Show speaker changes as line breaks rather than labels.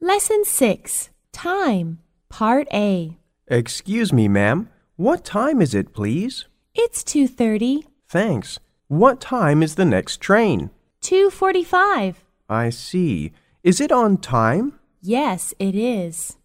Lesson 6 Time, Part A.
Excuse me, ma'am. What time is it, please?
It's 2:30,
Thanks. What time is the next train?
2:45.
I see. Is it on time?
Yes, it is.